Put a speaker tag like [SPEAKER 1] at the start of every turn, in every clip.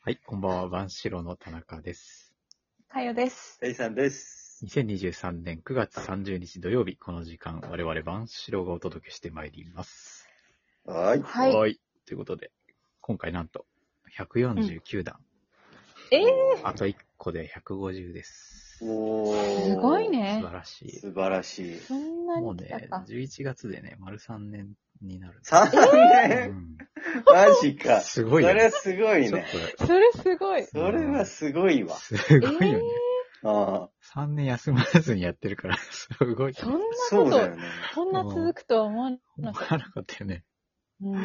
[SPEAKER 1] はい、こんばんは、バンシロの田中です。
[SPEAKER 2] かよです。
[SPEAKER 3] エイさんです。
[SPEAKER 1] 2023年9月30日土曜日、この時間、我々バンシロがお届けしてまいります。
[SPEAKER 3] はい。
[SPEAKER 2] はい。
[SPEAKER 1] ということで、今回なんと、149段、
[SPEAKER 2] えー、
[SPEAKER 1] あと1個で150です。
[SPEAKER 3] おー
[SPEAKER 2] すごい。
[SPEAKER 1] 素
[SPEAKER 2] ね
[SPEAKER 1] 晴。らしい。
[SPEAKER 3] 素晴らしい。
[SPEAKER 2] そんな
[SPEAKER 1] もう
[SPEAKER 2] に来た
[SPEAKER 1] ね
[SPEAKER 2] か。、
[SPEAKER 1] 11月でね、丸3年になる。
[SPEAKER 3] 3
[SPEAKER 1] う
[SPEAKER 3] 年、
[SPEAKER 1] ん
[SPEAKER 3] マジか。
[SPEAKER 1] すごい
[SPEAKER 3] そ
[SPEAKER 1] よ
[SPEAKER 3] れは
[SPEAKER 1] ね。
[SPEAKER 3] すごい
[SPEAKER 1] ちょ
[SPEAKER 3] ね。
[SPEAKER 1] っ
[SPEAKER 2] それすごい。
[SPEAKER 3] それはすごい
[SPEAKER 1] と、
[SPEAKER 3] わ。
[SPEAKER 1] すごいよね。
[SPEAKER 3] ああ
[SPEAKER 1] 3年休まずにやってるから、すごい。
[SPEAKER 2] そんな
[SPEAKER 3] そう
[SPEAKER 2] こ
[SPEAKER 3] だよ
[SPEAKER 2] と、
[SPEAKER 3] ね。
[SPEAKER 2] そんな続くとは思わな
[SPEAKER 1] 思
[SPEAKER 2] か
[SPEAKER 1] わ
[SPEAKER 2] っ
[SPEAKER 1] なかったよね。
[SPEAKER 2] た。うん
[SPEAKER 1] い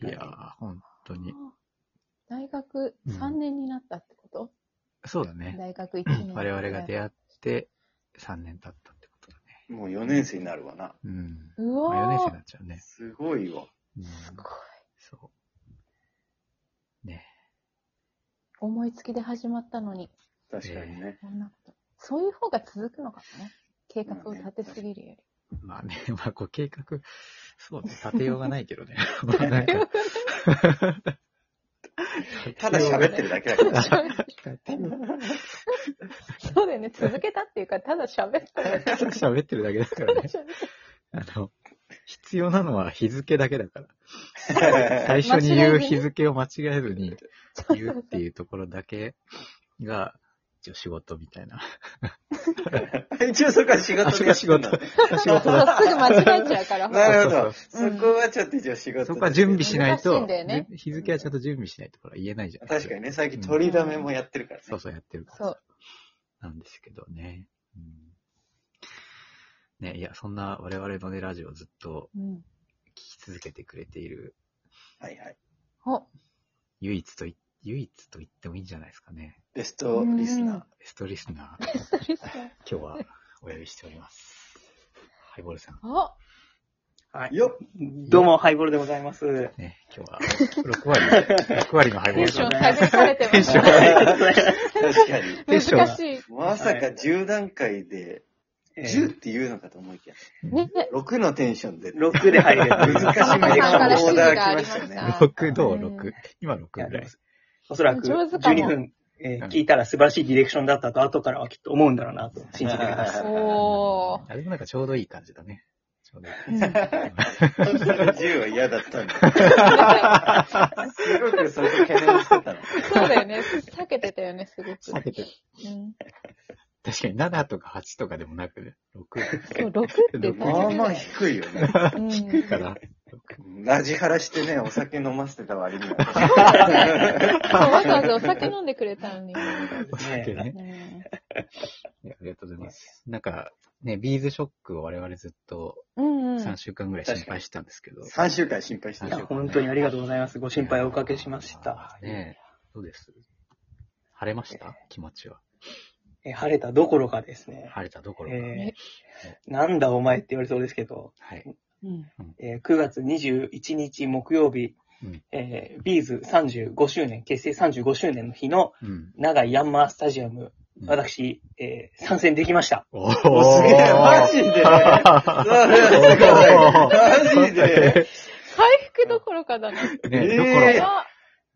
[SPEAKER 3] 確
[SPEAKER 1] や
[SPEAKER 3] か
[SPEAKER 1] ー、本当に。
[SPEAKER 2] 大学3年になったってこと、
[SPEAKER 1] そうだね。
[SPEAKER 2] 大学1年。
[SPEAKER 1] 我々が出会って3年経ったってことだね。
[SPEAKER 3] に。もう4年生になるわな。
[SPEAKER 1] うん。
[SPEAKER 2] う
[SPEAKER 1] ま
[SPEAKER 2] わ
[SPEAKER 1] あ、4年
[SPEAKER 2] ー、
[SPEAKER 1] 生になっちゃうね。
[SPEAKER 3] すごいわ。
[SPEAKER 1] うん、
[SPEAKER 2] すごい。
[SPEAKER 1] そう。ね。
[SPEAKER 2] 思いつきで始まったのに、
[SPEAKER 3] 確かにね。
[SPEAKER 2] こんなこと。そういう方が続くのかもね。計画を立てすぎるより。
[SPEAKER 1] まあね、 まあご計画、そうね、立てようがないけどね。 まあなんか
[SPEAKER 3] ただ喋ってるだけ だから。
[SPEAKER 2] そうだよね。続けたっていうか、ただ喋っただけ。
[SPEAKER 1] ただ喋ってるだけだか
[SPEAKER 2] た
[SPEAKER 1] ら
[SPEAKER 2] だ
[SPEAKER 1] ね。
[SPEAKER 2] 喋った
[SPEAKER 1] あの、必要なのは日付だけだから。最初に言う日付を間違えずに言うっていうところだけが、一応仕事みたいな。
[SPEAKER 3] 一応そこは仕
[SPEAKER 1] あ、仕
[SPEAKER 3] 事で
[SPEAKER 1] 事、
[SPEAKER 3] やって
[SPEAKER 1] 仕
[SPEAKER 3] んの
[SPEAKER 1] 事。仕事だ。
[SPEAKER 2] そうすぐ間違えちゃう から。
[SPEAKER 3] なるほど。
[SPEAKER 2] そうそう
[SPEAKER 3] そこはちょっと一応仕事で
[SPEAKER 1] そこは準備しない
[SPEAKER 2] 難し
[SPEAKER 1] と、
[SPEAKER 2] いんだよね
[SPEAKER 1] 日付はちゃんと準備しないとこれは言えないじゃん。
[SPEAKER 3] 確かにね、最近取りだめもやってるからね。
[SPEAKER 1] そうそうやってるから。
[SPEAKER 2] そう。
[SPEAKER 1] なんですけどね。うん、ね、いや、そんな我々のね、ラジオをずっと
[SPEAKER 2] うん。
[SPEAKER 1] 聞き続けてくれている、
[SPEAKER 3] はいはい。
[SPEAKER 2] お、
[SPEAKER 1] 唯一とい、唯一と言ってもいいんじゃないですかね。
[SPEAKER 3] ベストリスナ
[SPEAKER 1] ベストリスナ ー、
[SPEAKER 2] それさ。
[SPEAKER 1] 今日はお呼びしております。ハイボールさん。
[SPEAKER 2] お、
[SPEAKER 1] は
[SPEAKER 3] ー。。よっどうも、ハイボールでございます。
[SPEAKER 1] ね、今日は6割、6割の ハイボー
[SPEAKER 2] テン
[SPEAKER 1] ル
[SPEAKER 2] シ
[SPEAKER 1] さ
[SPEAKER 2] ョン
[SPEAKER 1] ん。
[SPEAKER 2] 下げされてます。
[SPEAKER 3] 確かに。
[SPEAKER 1] テンション
[SPEAKER 2] 難しい。
[SPEAKER 3] まさか10段階で、10って言うのかと思いきや、
[SPEAKER 2] ね。
[SPEAKER 3] 6のテンションで、
[SPEAKER 4] 6で入れる。
[SPEAKER 3] 難しめで
[SPEAKER 2] 新
[SPEAKER 3] オ
[SPEAKER 2] しい
[SPEAKER 3] ー
[SPEAKER 2] の
[SPEAKER 3] ダー
[SPEAKER 2] があり
[SPEAKER 3] 来
[SPEAKER 2] ま
[SPEAKER 3] ましたよ
[SPEAKER 2] し
[SPEAKER 3] ね。
[SPEAKER 2] た。
[SPEAKER 1] 6ど
[SPEAKER 2] うん
[SPEAKER 1] 6。今6ぐらい。
[SPEAKER 4] おそらく
[SPEAKER 2] 上手かも
[SPEAKER 4] 12分、えー聞いたら素晴らしいディレクションだったと、後からはきっと思うんだろうなと信じております。
[SPEAKER 2] おー。
[SPEAKER 1] あれもなんかちょうどいい感じだね。ちょうどいい。
[SPEAKER 2] うん
[SPEAKER 3] 10は嫌だったんだ。すごくそこ懸念してたの。
[SPEAKER 2] そうだよね。避けてたよね、すご
[SPEAKER 1] 避
[SPEAKER 2] く。
[SPEAKER 1] けて。
[SPEAKER 2] うん。
[SPEAKER 1] 確かに7とか8とかでもなくね。6。
[SPEAKER 2] そう、6って言ってた
[SPEAKER 3] まあ
[SPEAKER 2] よ
[SPEAKER 3] まあ
[SPEAKER 2] ね
[SPEAKER 3] 低いよね。
[SPEAKER 2] うん
[SPEAKER 1] 低いかな。
[SPEAKER 3] ラジハラしてね、お酒飲ませてた割には。
[SPEAKER 2] そうわざわざお酒飲んでくれたのに。
[SPEAKER 1] お酒 ね
[SPEAKER 2] う。ん
[SPEAKER 1] いやありがとうございます。なんか、ね、ビーズショックを我々ずっと
[SPEAKER 2] うんうん
[SPEAKER 1] 3。週間ぐらい心配してたんですけど。
[SPEAKER 3] 3週間心配して
[SPEAKER 4] い
[SPEAKER 3] た
[SPEAKER 4] や
[SPEAKER 3] よ。
[SPEAKER 4] 本当にありがとうございます。ご心配をおかけしました。
[SPEAKER 1] ねどうです晴れました気持ちは。
[SPEAKER 4] えー晴れたどころかですね。
[SPEAKER 1] 晴れたどころか。
[SPEAKER 4] えーなんだお前って言われそうですけど、
[SPEAKER 1] はい。
[SPEAKER 2] うん
[SPEAKER 4] えー9月21日木曜日、
[SPEAKER 1] うん
[SPEAKER 4] えービーズ35周年、結成35周年の日の
[SPEAKER 1] うん。
[SPEAKER 4] 長井ヤンマースタジアム、私、えー参戦できました。
[SPEAKER 1] おー。
[SPEAKER 3] おすげえ、マ ジで。マジで。
[SPEAKER 2] 回復どころかだね。
[SPEAKER 1] ね、どこ
[SPEAKER 3] え
[SPEAKER 1] ろ
[SPEAKER 3] ー
[SPEAKER 1] か。
[SPEAKER 2] あ、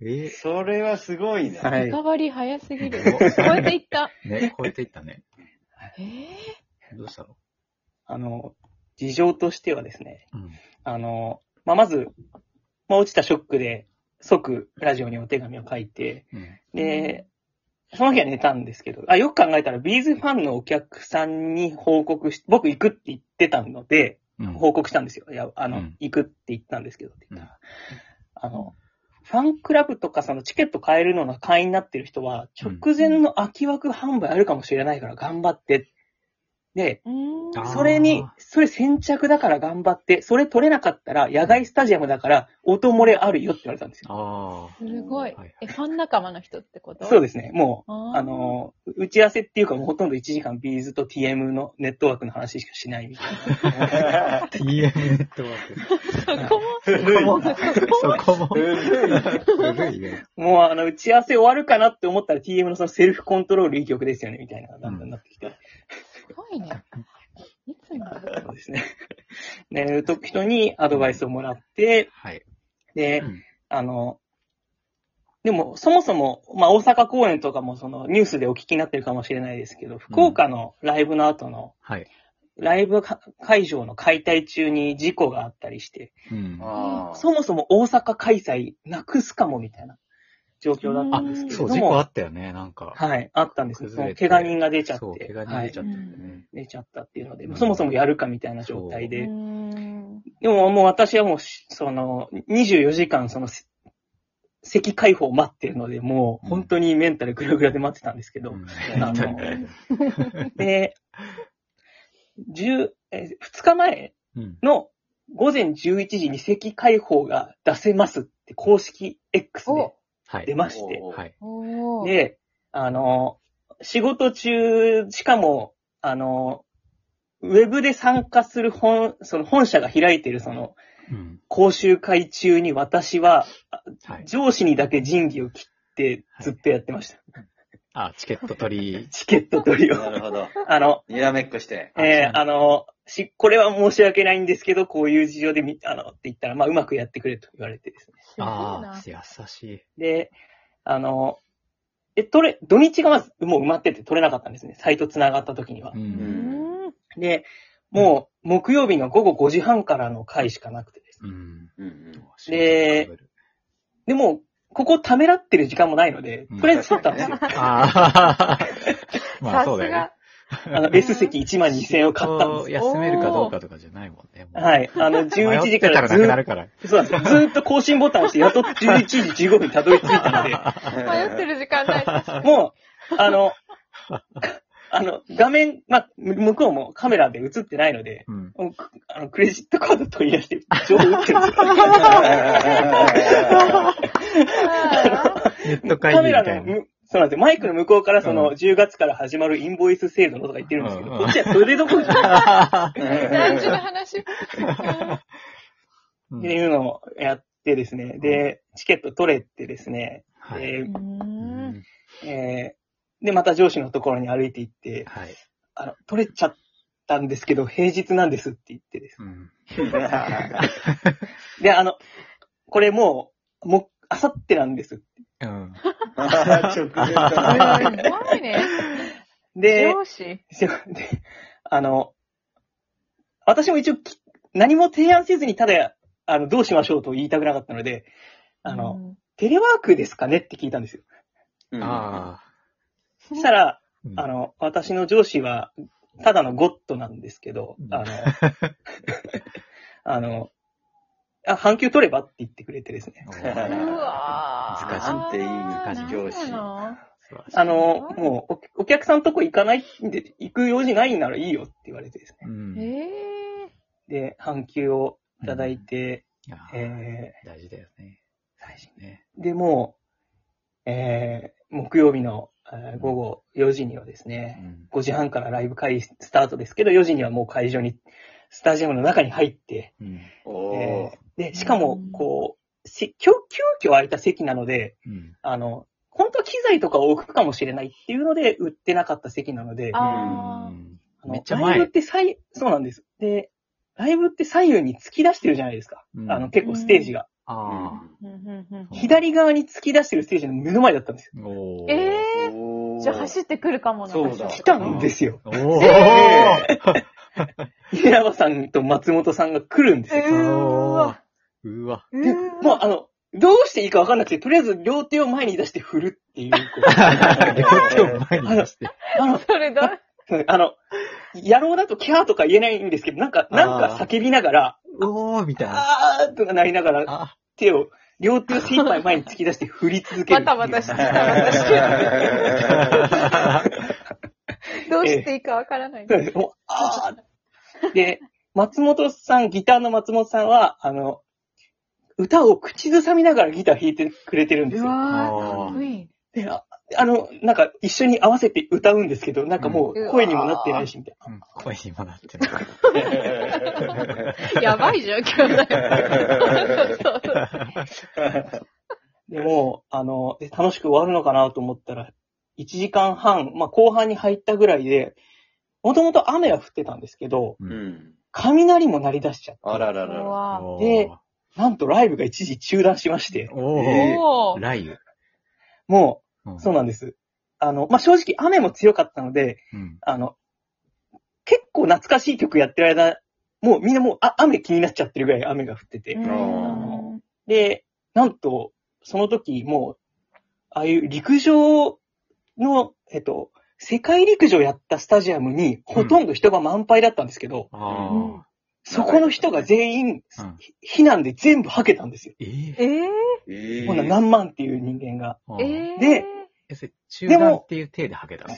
[SPEAKER 1] え
[SPEAKER 3] それはすごい ね。
[SPEAKER 4] は
[SPEAKER 2] リ
[SPEAKER 4] い。
[SPEAKER 2] カバリー早すぎる。
[SPEAKER 1] お
[SPEAKER 2] 超えていった。
[SPEAKER 1] ーね、超えていったね。
[SPEAKER 2] えー
[SPEAKER 1] どうしたの
[SPEAKER 4] あの、事情としてはですね、
[SPEAKER 1] うん。
[SPEAKER 4] あの、まあ、まず、まあ、落ちたショックで、即、ラジオにお手紙を書いて、
[SPEAKER 1] うん。
[SPEAKER 4] で、その日は寝たんですけど、あ、よく考えたら、ビーズファンのお客さんに報告し、僕行くって言ってたので、
[SPEAKER 1] うん
[SPEAKER 4] 報告したんですよ。いや、あの、
[SPEAKER 1] うん
[SPEAKER 4] 行くって言ったんですけど、って言ったら、あの、ファンクラブとか、そのチケット買えるのが会員になってる人は、直前の空き枠販売あるかもしれないから頑張って、で、
[SPEAKER 2] うん。
[SPEAKER 1] あー
[SPEAKER 4] それに、それ先着だから頑張って、それ取れなかったら野外スタジアムだから音漏れあるよって言われたんですよ。
[SPEAKER 1] ああ。
[SPEAKER 2] すごい
[SPEAKER 1] はい。
[SPEAKER 2] え、ファン仲間の人ってこと
[SPEAKER 4] そう
[SPEAKER 2] う。
[SPEAKER 4] ですね。もう、
[SPEAKER 2] あ
[SPEAKER 4] あの、打ち合わせっていうかもうほとんど1時間ビーズと TM のネットワークの話しかしないみたいな。
[SPEAKER 1] TM ネットワーク。
[SPEAKER 2] ーそこも、
[SPEAKER 3] 古い
[SPEAKER 2] そこも、
[SPEAKER 3] な。
[SPEAKER 1] そこも。
[SPEAKER 3] 古いな。
[SPEAKER 1] 古いね。
[SPEAKER 4] もうあの、打ち合わせ終わるかなって思ったら TM のそのセルフコントロールいい曲ですよねみたいな、だんだんなってきて。
[SPEAKER 2] すごいね。いつになる
[SPEAKER 4] そうですね。 ね、と人にアドバイスをもらって、
[SPEAKER 1] はい。
[SPEAKER 4] で、
[SPEAKER 1] うん
[SPEAKER 4] あの、でも、そもそも、まあ、大阪公演とかも、その、ニュースでお聞きになってるかもしれないですけど、福岡のライブの後の、
[SPEAKER 1] はい。
[SPEAKER 4] ライブか会場の解体中に事故があったりして、
[SPEAKER 1] うん。
[SPEAKER 3] あ
[SPEAKER 4] そもそも大阪開催なくすかもみたいな状況だったんですけれ
[SPEAKER 1] そ
[SPEAKER 4] ど
[SPEAKER 1] う、
[SPEAKER 4] も、
[SPEAKER 1] 事故あったよね、なんか。
[SPEAKER 4] はい、あったんですよ。そ
[SPEAKER 1] 崩
[SPEAKER 4] の
[SPEAKER 1] れ
[SPEAKER 4] 怪
[SPEAKER 1] て
[SPEAKER 4] 我人が出ちゃっ
[SPEAKER 1] そう、
[SPEAKER 4] て、
[SPEAKER 1] 怪我人出ちゃったよ
[SPEAKER 2] は
[SPEAKER 1] ね。
[SPEAKER 4] はい出ちゃったっていうので、
[SPEAKER 1] うん
[SPEAKER 4] そもそもやるかみたいな状態
[SPEAKER 2] う
[SPEAKER 4] で、
[SPEAKER 2] ん。
[SPEAKER 4] でももう私はもうし、その、24時間、その、せ席解放を待ってるので、もう本当にメンタルグラグラで待ってたんですけど、
[SPEAKER 1] うん
[SPEAKER 4] あの
[SPEAKER 1] う
[SPEAKER 4] で、10え2日前
[SPEAKER 1] ん
[SPEAKER 4] の午前11時に席解放が出せますって公式 X で
[SPEAKER 1] はい。
[SPEAKER 4] 出まして、
[SPEAKER 3] お
[SPEAKER 1] はい。
[SPEAKER 2] おー。
[SPEAKER 4] で、あの、仕事中、しかも、あの、ウェブで参加する本、その本社が開いてるその
[SPEAKER 1] うん。
[SPEAKER 4] 講習会中に私は
[SPEAKER 1] はい。
[SPEAKER 4] 上司にだけ仁義を切ってずっとやってました。
[SPEAKER 1] あ、チケット取り。
[SPEAKER 4] チケット取り
[SPEAKER 3] な
[SPEAKER 4] を。
[SPEAKER 3] るほど。
[SPEAKER 4] あの、
[SPEAKER 3] にらめっこして。
[SPEAKER 4] えーあの、し、これは申し訳ないんですけど、こういう事情でみ、あの、って言ったら、まあ、うまくやってくれと言われて ですね。
[SPEAKER 2] すごいな
[SPEAKER 1] ああ、優しい。
[SPEAKER 4] で、あの、え、取れ、土日がまずもう埋まってて取れなかったんですね。サイト繋がった時には
[SPEAKER 1] う。。
[SPEAKER 2] うんん。
[SPEAKER 4] で、もう木曜日の午後5時半からの回しかなくてです。
[SPEAKER 1] うん。
[SPEAKER 3] うんうん。
[SPEAKER 4] ででも、ここためらってる時間もないので
[SPEAKER 1] うん、
[SPEAKER 4] とりあえず取ったんですよ。
[SPEAKER 1] ああ、 まあそうだよね。
[SPEAKER 4] あの、S 席1万2000円を買ったんですよ。
[SPEAKER 1] 休めるかどうかとかじゃないもんね。
[SPEAKER 4] はい。あの、11時か
[SPEAKER 1] た
[SPEAKER 4] ら
[SPEAKER 1] ら
[SPEAKER 4] ず
[SPEAKER 1] なくなる
[SPEAKER 4] ーっ
[SPEAKER 1] から。
[SPEAKER 4] と、そうなんです。ず ーっと更新ボタンを押して、やっと11時15分にたどり着いた
[SPEAKER 2] 迷ってる時間ない。
[SPEAKER 4] ので、もう、あの、 あの、画面、まあ、向こうもカメラで映ってないので、
[SPEAKER 1] うん。
[SPEAKER 4] もうくあのクレジットカード取り 出して、情報打ってるんです
[SPEAKER 1] ネ
[SPEAKER 4] よ。
[SPEAKER 1] ット会議
[SPEAKER 4] カ
[SPEAKER 1] み
[SPEAKER 4] メ
[SPEAKER 1] た
[SPEAKER 4] ラ
[SPEAKER 1] いな。
[SPEAKER 4] のむ、そうなんですよ。マイクの向こうからその、
[SPEAKER 1] うん
[SPEAKER 4] 10月から始まるインボイス制度のとか言ってるんですけど、
[SPEAKER 1] うん
[SPEAKER 4] こっちはそれどころじゃな
[SPEAKER 2] 男
[SPEAKER 4] い
[SPEAKER 2] 女の話。
[SPEAKER 1] うん
[SPEAKER 4] っていうのをやってで すね、で、チケット取れてですね、
[SPEAKER 1] はい。
[SPEAKER 4] で
[SPEAKER 2] うん。
[SPEAKER 4] えーで、また上司のところに歩いて行って、
[SPEAKER 1] はい。
[SPEAKER 4] あの、取れちゃったんですけど、平日なんですって言ってです。
[SPEAKER 1] うん。
[SPEAKER 4] で、あの、これもう、もう、あさってなんです。
[SPEAKER 1] うん。
[SPEAKER 3] 直前だね。
[SPEAKER 2] すごいね。
[SPEAKER 4] で、
[SPEAKER 2] 上司。
[SPEAKER 4] で、あの、私も一応き、何も提案せずに、ただ、あの、どうしましょうと言いたくなかったので、あの、テレワークですかねって聞いたんですよ。
[SPEAKER 1] あ
[SPEAKER 4] そしたら、
[SPEAKER 1] あ。
[SPEAKER 4] あの、私の上司は、ただのゴッドなんですけど
[SPEAKER 1] う、ん
[SPEAKER 4] あの、あの、あ、半休取ればって言ってくれてです ね。
[SPEAKER 2] うん、うわー
[SPEAKER 1] 難しい
[SPEAKER 3] っていい難
[SPEAKER 1] しい
[SPEAKER 3] 上司
[SPEAKER 2] なんな
[SPEAKER 4] あの、もうお、お客さんとこ行かないんで、行く用事ないならいいよって言われてですね。
[SPEAKER 2] のえ
[SPEAKER 4] で、半休をいただいて、え
[SPEAKER 1] 大事だよね。大事ね。
[SPEAKER 4] ーで、もう、えー木曜日の、えー午後4時にはですね、5時半からライブ会スタートですけど、4時にはもう会場に、スタジアムの中に入って、
[SPEAKER 1] うん。
[SPEAKER 3] お
[SPEAKER 4] え
[SPEAKER 3] ー
[SPEAKER 4] ーで、しかも
[SPEAKER 2] うん、
[SPEAKER 4] こう、せ急急遽空いた席なので、
[SPEAKER 1] うん。
[SPEAKER 4] あの、本当は機材とかを置くかもしれないっていうので、売ってなかった席なので、
[SPEAKER 2] ああ
[SPEAKER 4] あの
[SPEAKER 1] めっちゃ
[SPEAKER 4] ラ
[SPEAKER 1] 前
[SPEAKER 4] イブって左右、そうなんです。で、ライブって左右に突き出してるじゃないですか。
[SPEAKER 1] うん
[SPEAKER 4] あの、結構ステージが。
[SPEAKER 1] あ
[SPEAKER 2] ーうんうんうん
[SPEAKER 1] うん
[SPEAKER 4] 左側に突き出してるステージの目の前だったんですよ。
[SPEAKER 1] あ。お
[SPEAKER 2] ええ
[SPEAKER 3] おー
[SPEAKER 2] じゃあ走ってくるかもな。
[SPEAKER 3] そうだ
[SPEAKER 4] 来たんですよ。
[SPEAKER 1] おお
[SPEAKER 4] 稲葉さんと松本さんが来るんですよ。
[SPEAKER 2] えうわ。
[SPEAKER 1] うわ。
[SPEAKER 2] う
[SPEAKER 4] で、
[SPEAKER 2] ーん
[SPEAKER 4] もうあの、どうしていいかわかんなくて、とりあえず両手を前に出して振るっていう、こ
[SPEAKER 1] 両手を前に出して。
[SPEAKER 4] うあの、
[SPEAKER 2] それだ。
[SPEAKER 4] あの、野郎だとキャーとか言えないんですけど、なんか、なんか叫びながら、
[SPEAKER 1] おーみたいな。
[SPEAKER 4] あーとかなりながら、
[SPEAKER 1] あ、
[SPEAKER 4] 手を、両手を精一杯前に突き出して振り続ける
[SPEAKER 2] またまたしてきた、またしてどうしていいかわからない。
[SPEAKER 4] そうですもうあーで、松本さん、ギターの松本さんは、あの、歌を口ずさみながらギター弾いてくれてるんです
[SPEAKER 2] う
[SPEAKER 4] よ。
[SPEAKER 2] わー、かっこいい。
[SPEAKER 4] で、ああの、なんか一緒に合わせて歌うんですけど、なんかもう声にもなってないし、みたい
[SPEAKER 1] うん、声にもなってる。
[SPEAKER 2] やばい状況だよ。そうそう
[SPEAKER 4] な。でもう、あの、で楽しく終わるのかなと思ったら、1時間半、まあ後半に入ったぐらいで、もともと雨は降ってたんですけど、
[SPEAKER 1] う。
[SPEAKER 3] うんん。
[SPEAKER 4] 雷も鳴り出しちゃっ
[SPEAKER 3] あらら
[SPEAKER 2] う
[SPEAKER 3] らら。
[SPEAKER 2] わ
[SPEAKER 4] でて、なんとライブが一時中断しまして、
[SPEAKER 1] お
[SPEAKER 2] ー
[SPEAKER 1] ー
[SPEAKER 2] おー。
[SPEAKER 1] 雷雨。
[SPEAKER 4] も
[SPEAKER 1] うん
[SPEAKER 4] う、そうなんです。あの、まあ、正直雨も強かったので、
[SPEAKER 1] うん。
[SPEAKER 4] あの、結構懐かしい曲やってる間、もうみんなもう、あ、雨気になっちゃってるぐらい雨が降ってて。
[SPEAKER 2] うん
[SPEAKER 4] で、なんと、その時もう、ああいう陸上の、えっと、世界陸上やったスタジアムに、ほとんど人が満杯だったんですけど、
[SPEAKER 1] ああ。
[SPEAKER 4] そこの人が全員、
[SPEAKER 1] うん
[SPEAKER 4] ひ避難で全部吐けたんですよ。
[SPEAKER 1] ええ
[SPEAKER 2] えー、
[SPEAKER 3] え
[SPEAKER 4] こんな何万っていう人間が。
[SPEAKER 1] ああ
[SPEAKER 2] えー、
[SPEAKER 4] で
[SPEAKER 1] え、それ、中断
[SPEAKER 4] でも
[SPEAKER 1] っていう手で吐けたの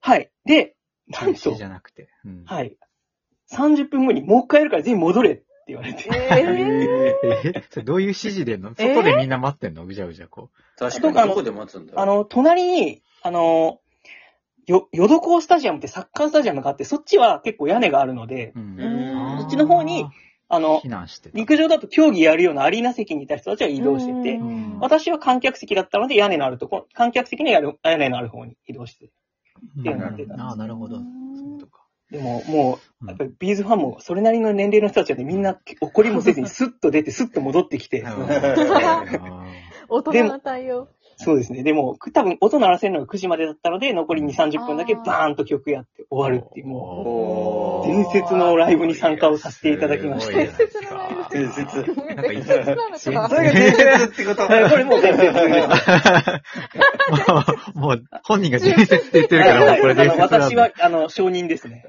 [SPEAKER 4] はい。で、なん
[SPEAKER 1] 中
[SPEAKER 4] と
[SPEAKER 1] 止じ、ゃなくて。うん
[SPEAKER 4] はい。30分後にもう一回やるから全員戻れって言われて。
[SPEAKER 2] えー、
[SPEAKER 3] え
[SPEAKER 1] えそれどういう指示でんの
[SPEAKER 2] えー
[SPEAKER 1] 外でみんな待ってんのぐじゃぐじゃこ
[SPEAKER 3] 確かに、どこで待つんだ
[SPEAKER 4] あの、隣に、あの、よ、淀港スタジアムってサッカースタジアムがあって、そっちは結構屋根があるので、
[SPEAKER 1] う。う。
[SPEAKER 3] うんん
[SPEAKER 4] こっちの方にあ
[SPEAKER 1] あー、
[SPEAKER 4] の
[SPEAKER 1] 避、難してた。
[SPEAKER 4] 陸上だと競技やるようなアリーナ席にいた人たちは移動して
[SPEAKER 2] う
[SPEAKER 4] て
[SPEAKER 2] ん、
[SPEAKER 4] 私は観客席だったので屋根のあるとこ、観客席のやる屋根のある方に移動して。
[SPEAKER 1] うん
[SPEAKER 4] ていうのが出たんです
[SPEAKER 1] ああ、なるほど。そういうことか。
[SPEAKER 4] でも、も
[SPEAKER 1] う
[SPEAKER 4] う、
[SPEAKER 1] ん
[SPEAKER 4] やっぱりビーズファンもそれなりの年齢の人たちでみんな怒りもせずにスッと出てスッと戻ってきて、
[SPEAKER 1] あー
[SPEAKER 2] 大人の対応。
[SPEAKER 4] そうですね。でも、く多分音鳴らせるのが9時までだったので、残り2、30分だけバーンと曲やって終わるっていう、も
[SPEAKER 3] お
[SPEAKER 4] う、伝説のライブに参加をさせていただきまし
[SPEAKER 1] す
[SPEAKER 4] て。
[SPEAKER 1] ごいじゃないですか
[SPEAKER 3] 伝説
[SPEAKER 2] ごめん別
[SPEAKER 1] な
[SPEAKER 2] 々
[SPEAKER 1] ん
[SPEAKER 2] なの
[SPEAKER 1] そう
[SPEAKER 3] そ
[SPEAKER 2] か。
[SPEAKER 3] れが伝説って こと
[SPEAKER 4] はいこれもう伝説
[SPEAKER 1] も う、もう本人が伝説って言ってるから、もうこれ伝説
[SPEAKER 4] あの
[SPEAKER 1] なんだ
[SPEAKER 4] 私は、あの、承認で すね。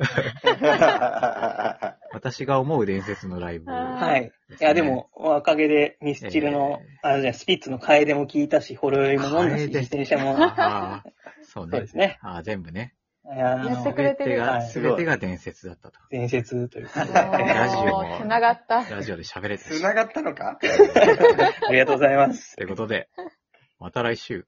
[SPEAKER 1] 私が思う伝説のライブ。
[SPEAKER 2] は
[SPEAKER 4] はい。いや、でも、おかげで、ミスチルの、あの、じゃあスピッツの楓も聞いたし、ホロ酔いも飲んだし、
[SPEAKER 1] 楓
[SPEAKER 4] 自転車も、
[SPEAKER 1] ああ、そう
[SPEAKER 4] そう
[SPEAKER 1] ね
[SPEAKER 4] で。すね。
[SPEAKER 1] ああ、全部ね。
[SPEAKER 4] いやあ
[SPEAKER 2] やっ
[SPEAKER 4] の
[SPEAKER 2] てくれてる
[SPEAKER 1] 全が、
[SPEAKER 4] はい
[SPEAKER 1] すべてが伝説だったと。
[SPEAKER 4] 伝説というか、
[SPEAKER 1] ラジオも
[SPEAKER 2] つながった。
[SPEAKER 1] ラジオで喋れてるし
[SPEAKER 3] 繋がったのか
[SPEAKER 4] ありがとうございます。
[SPEAKER 1] ということで、また来週。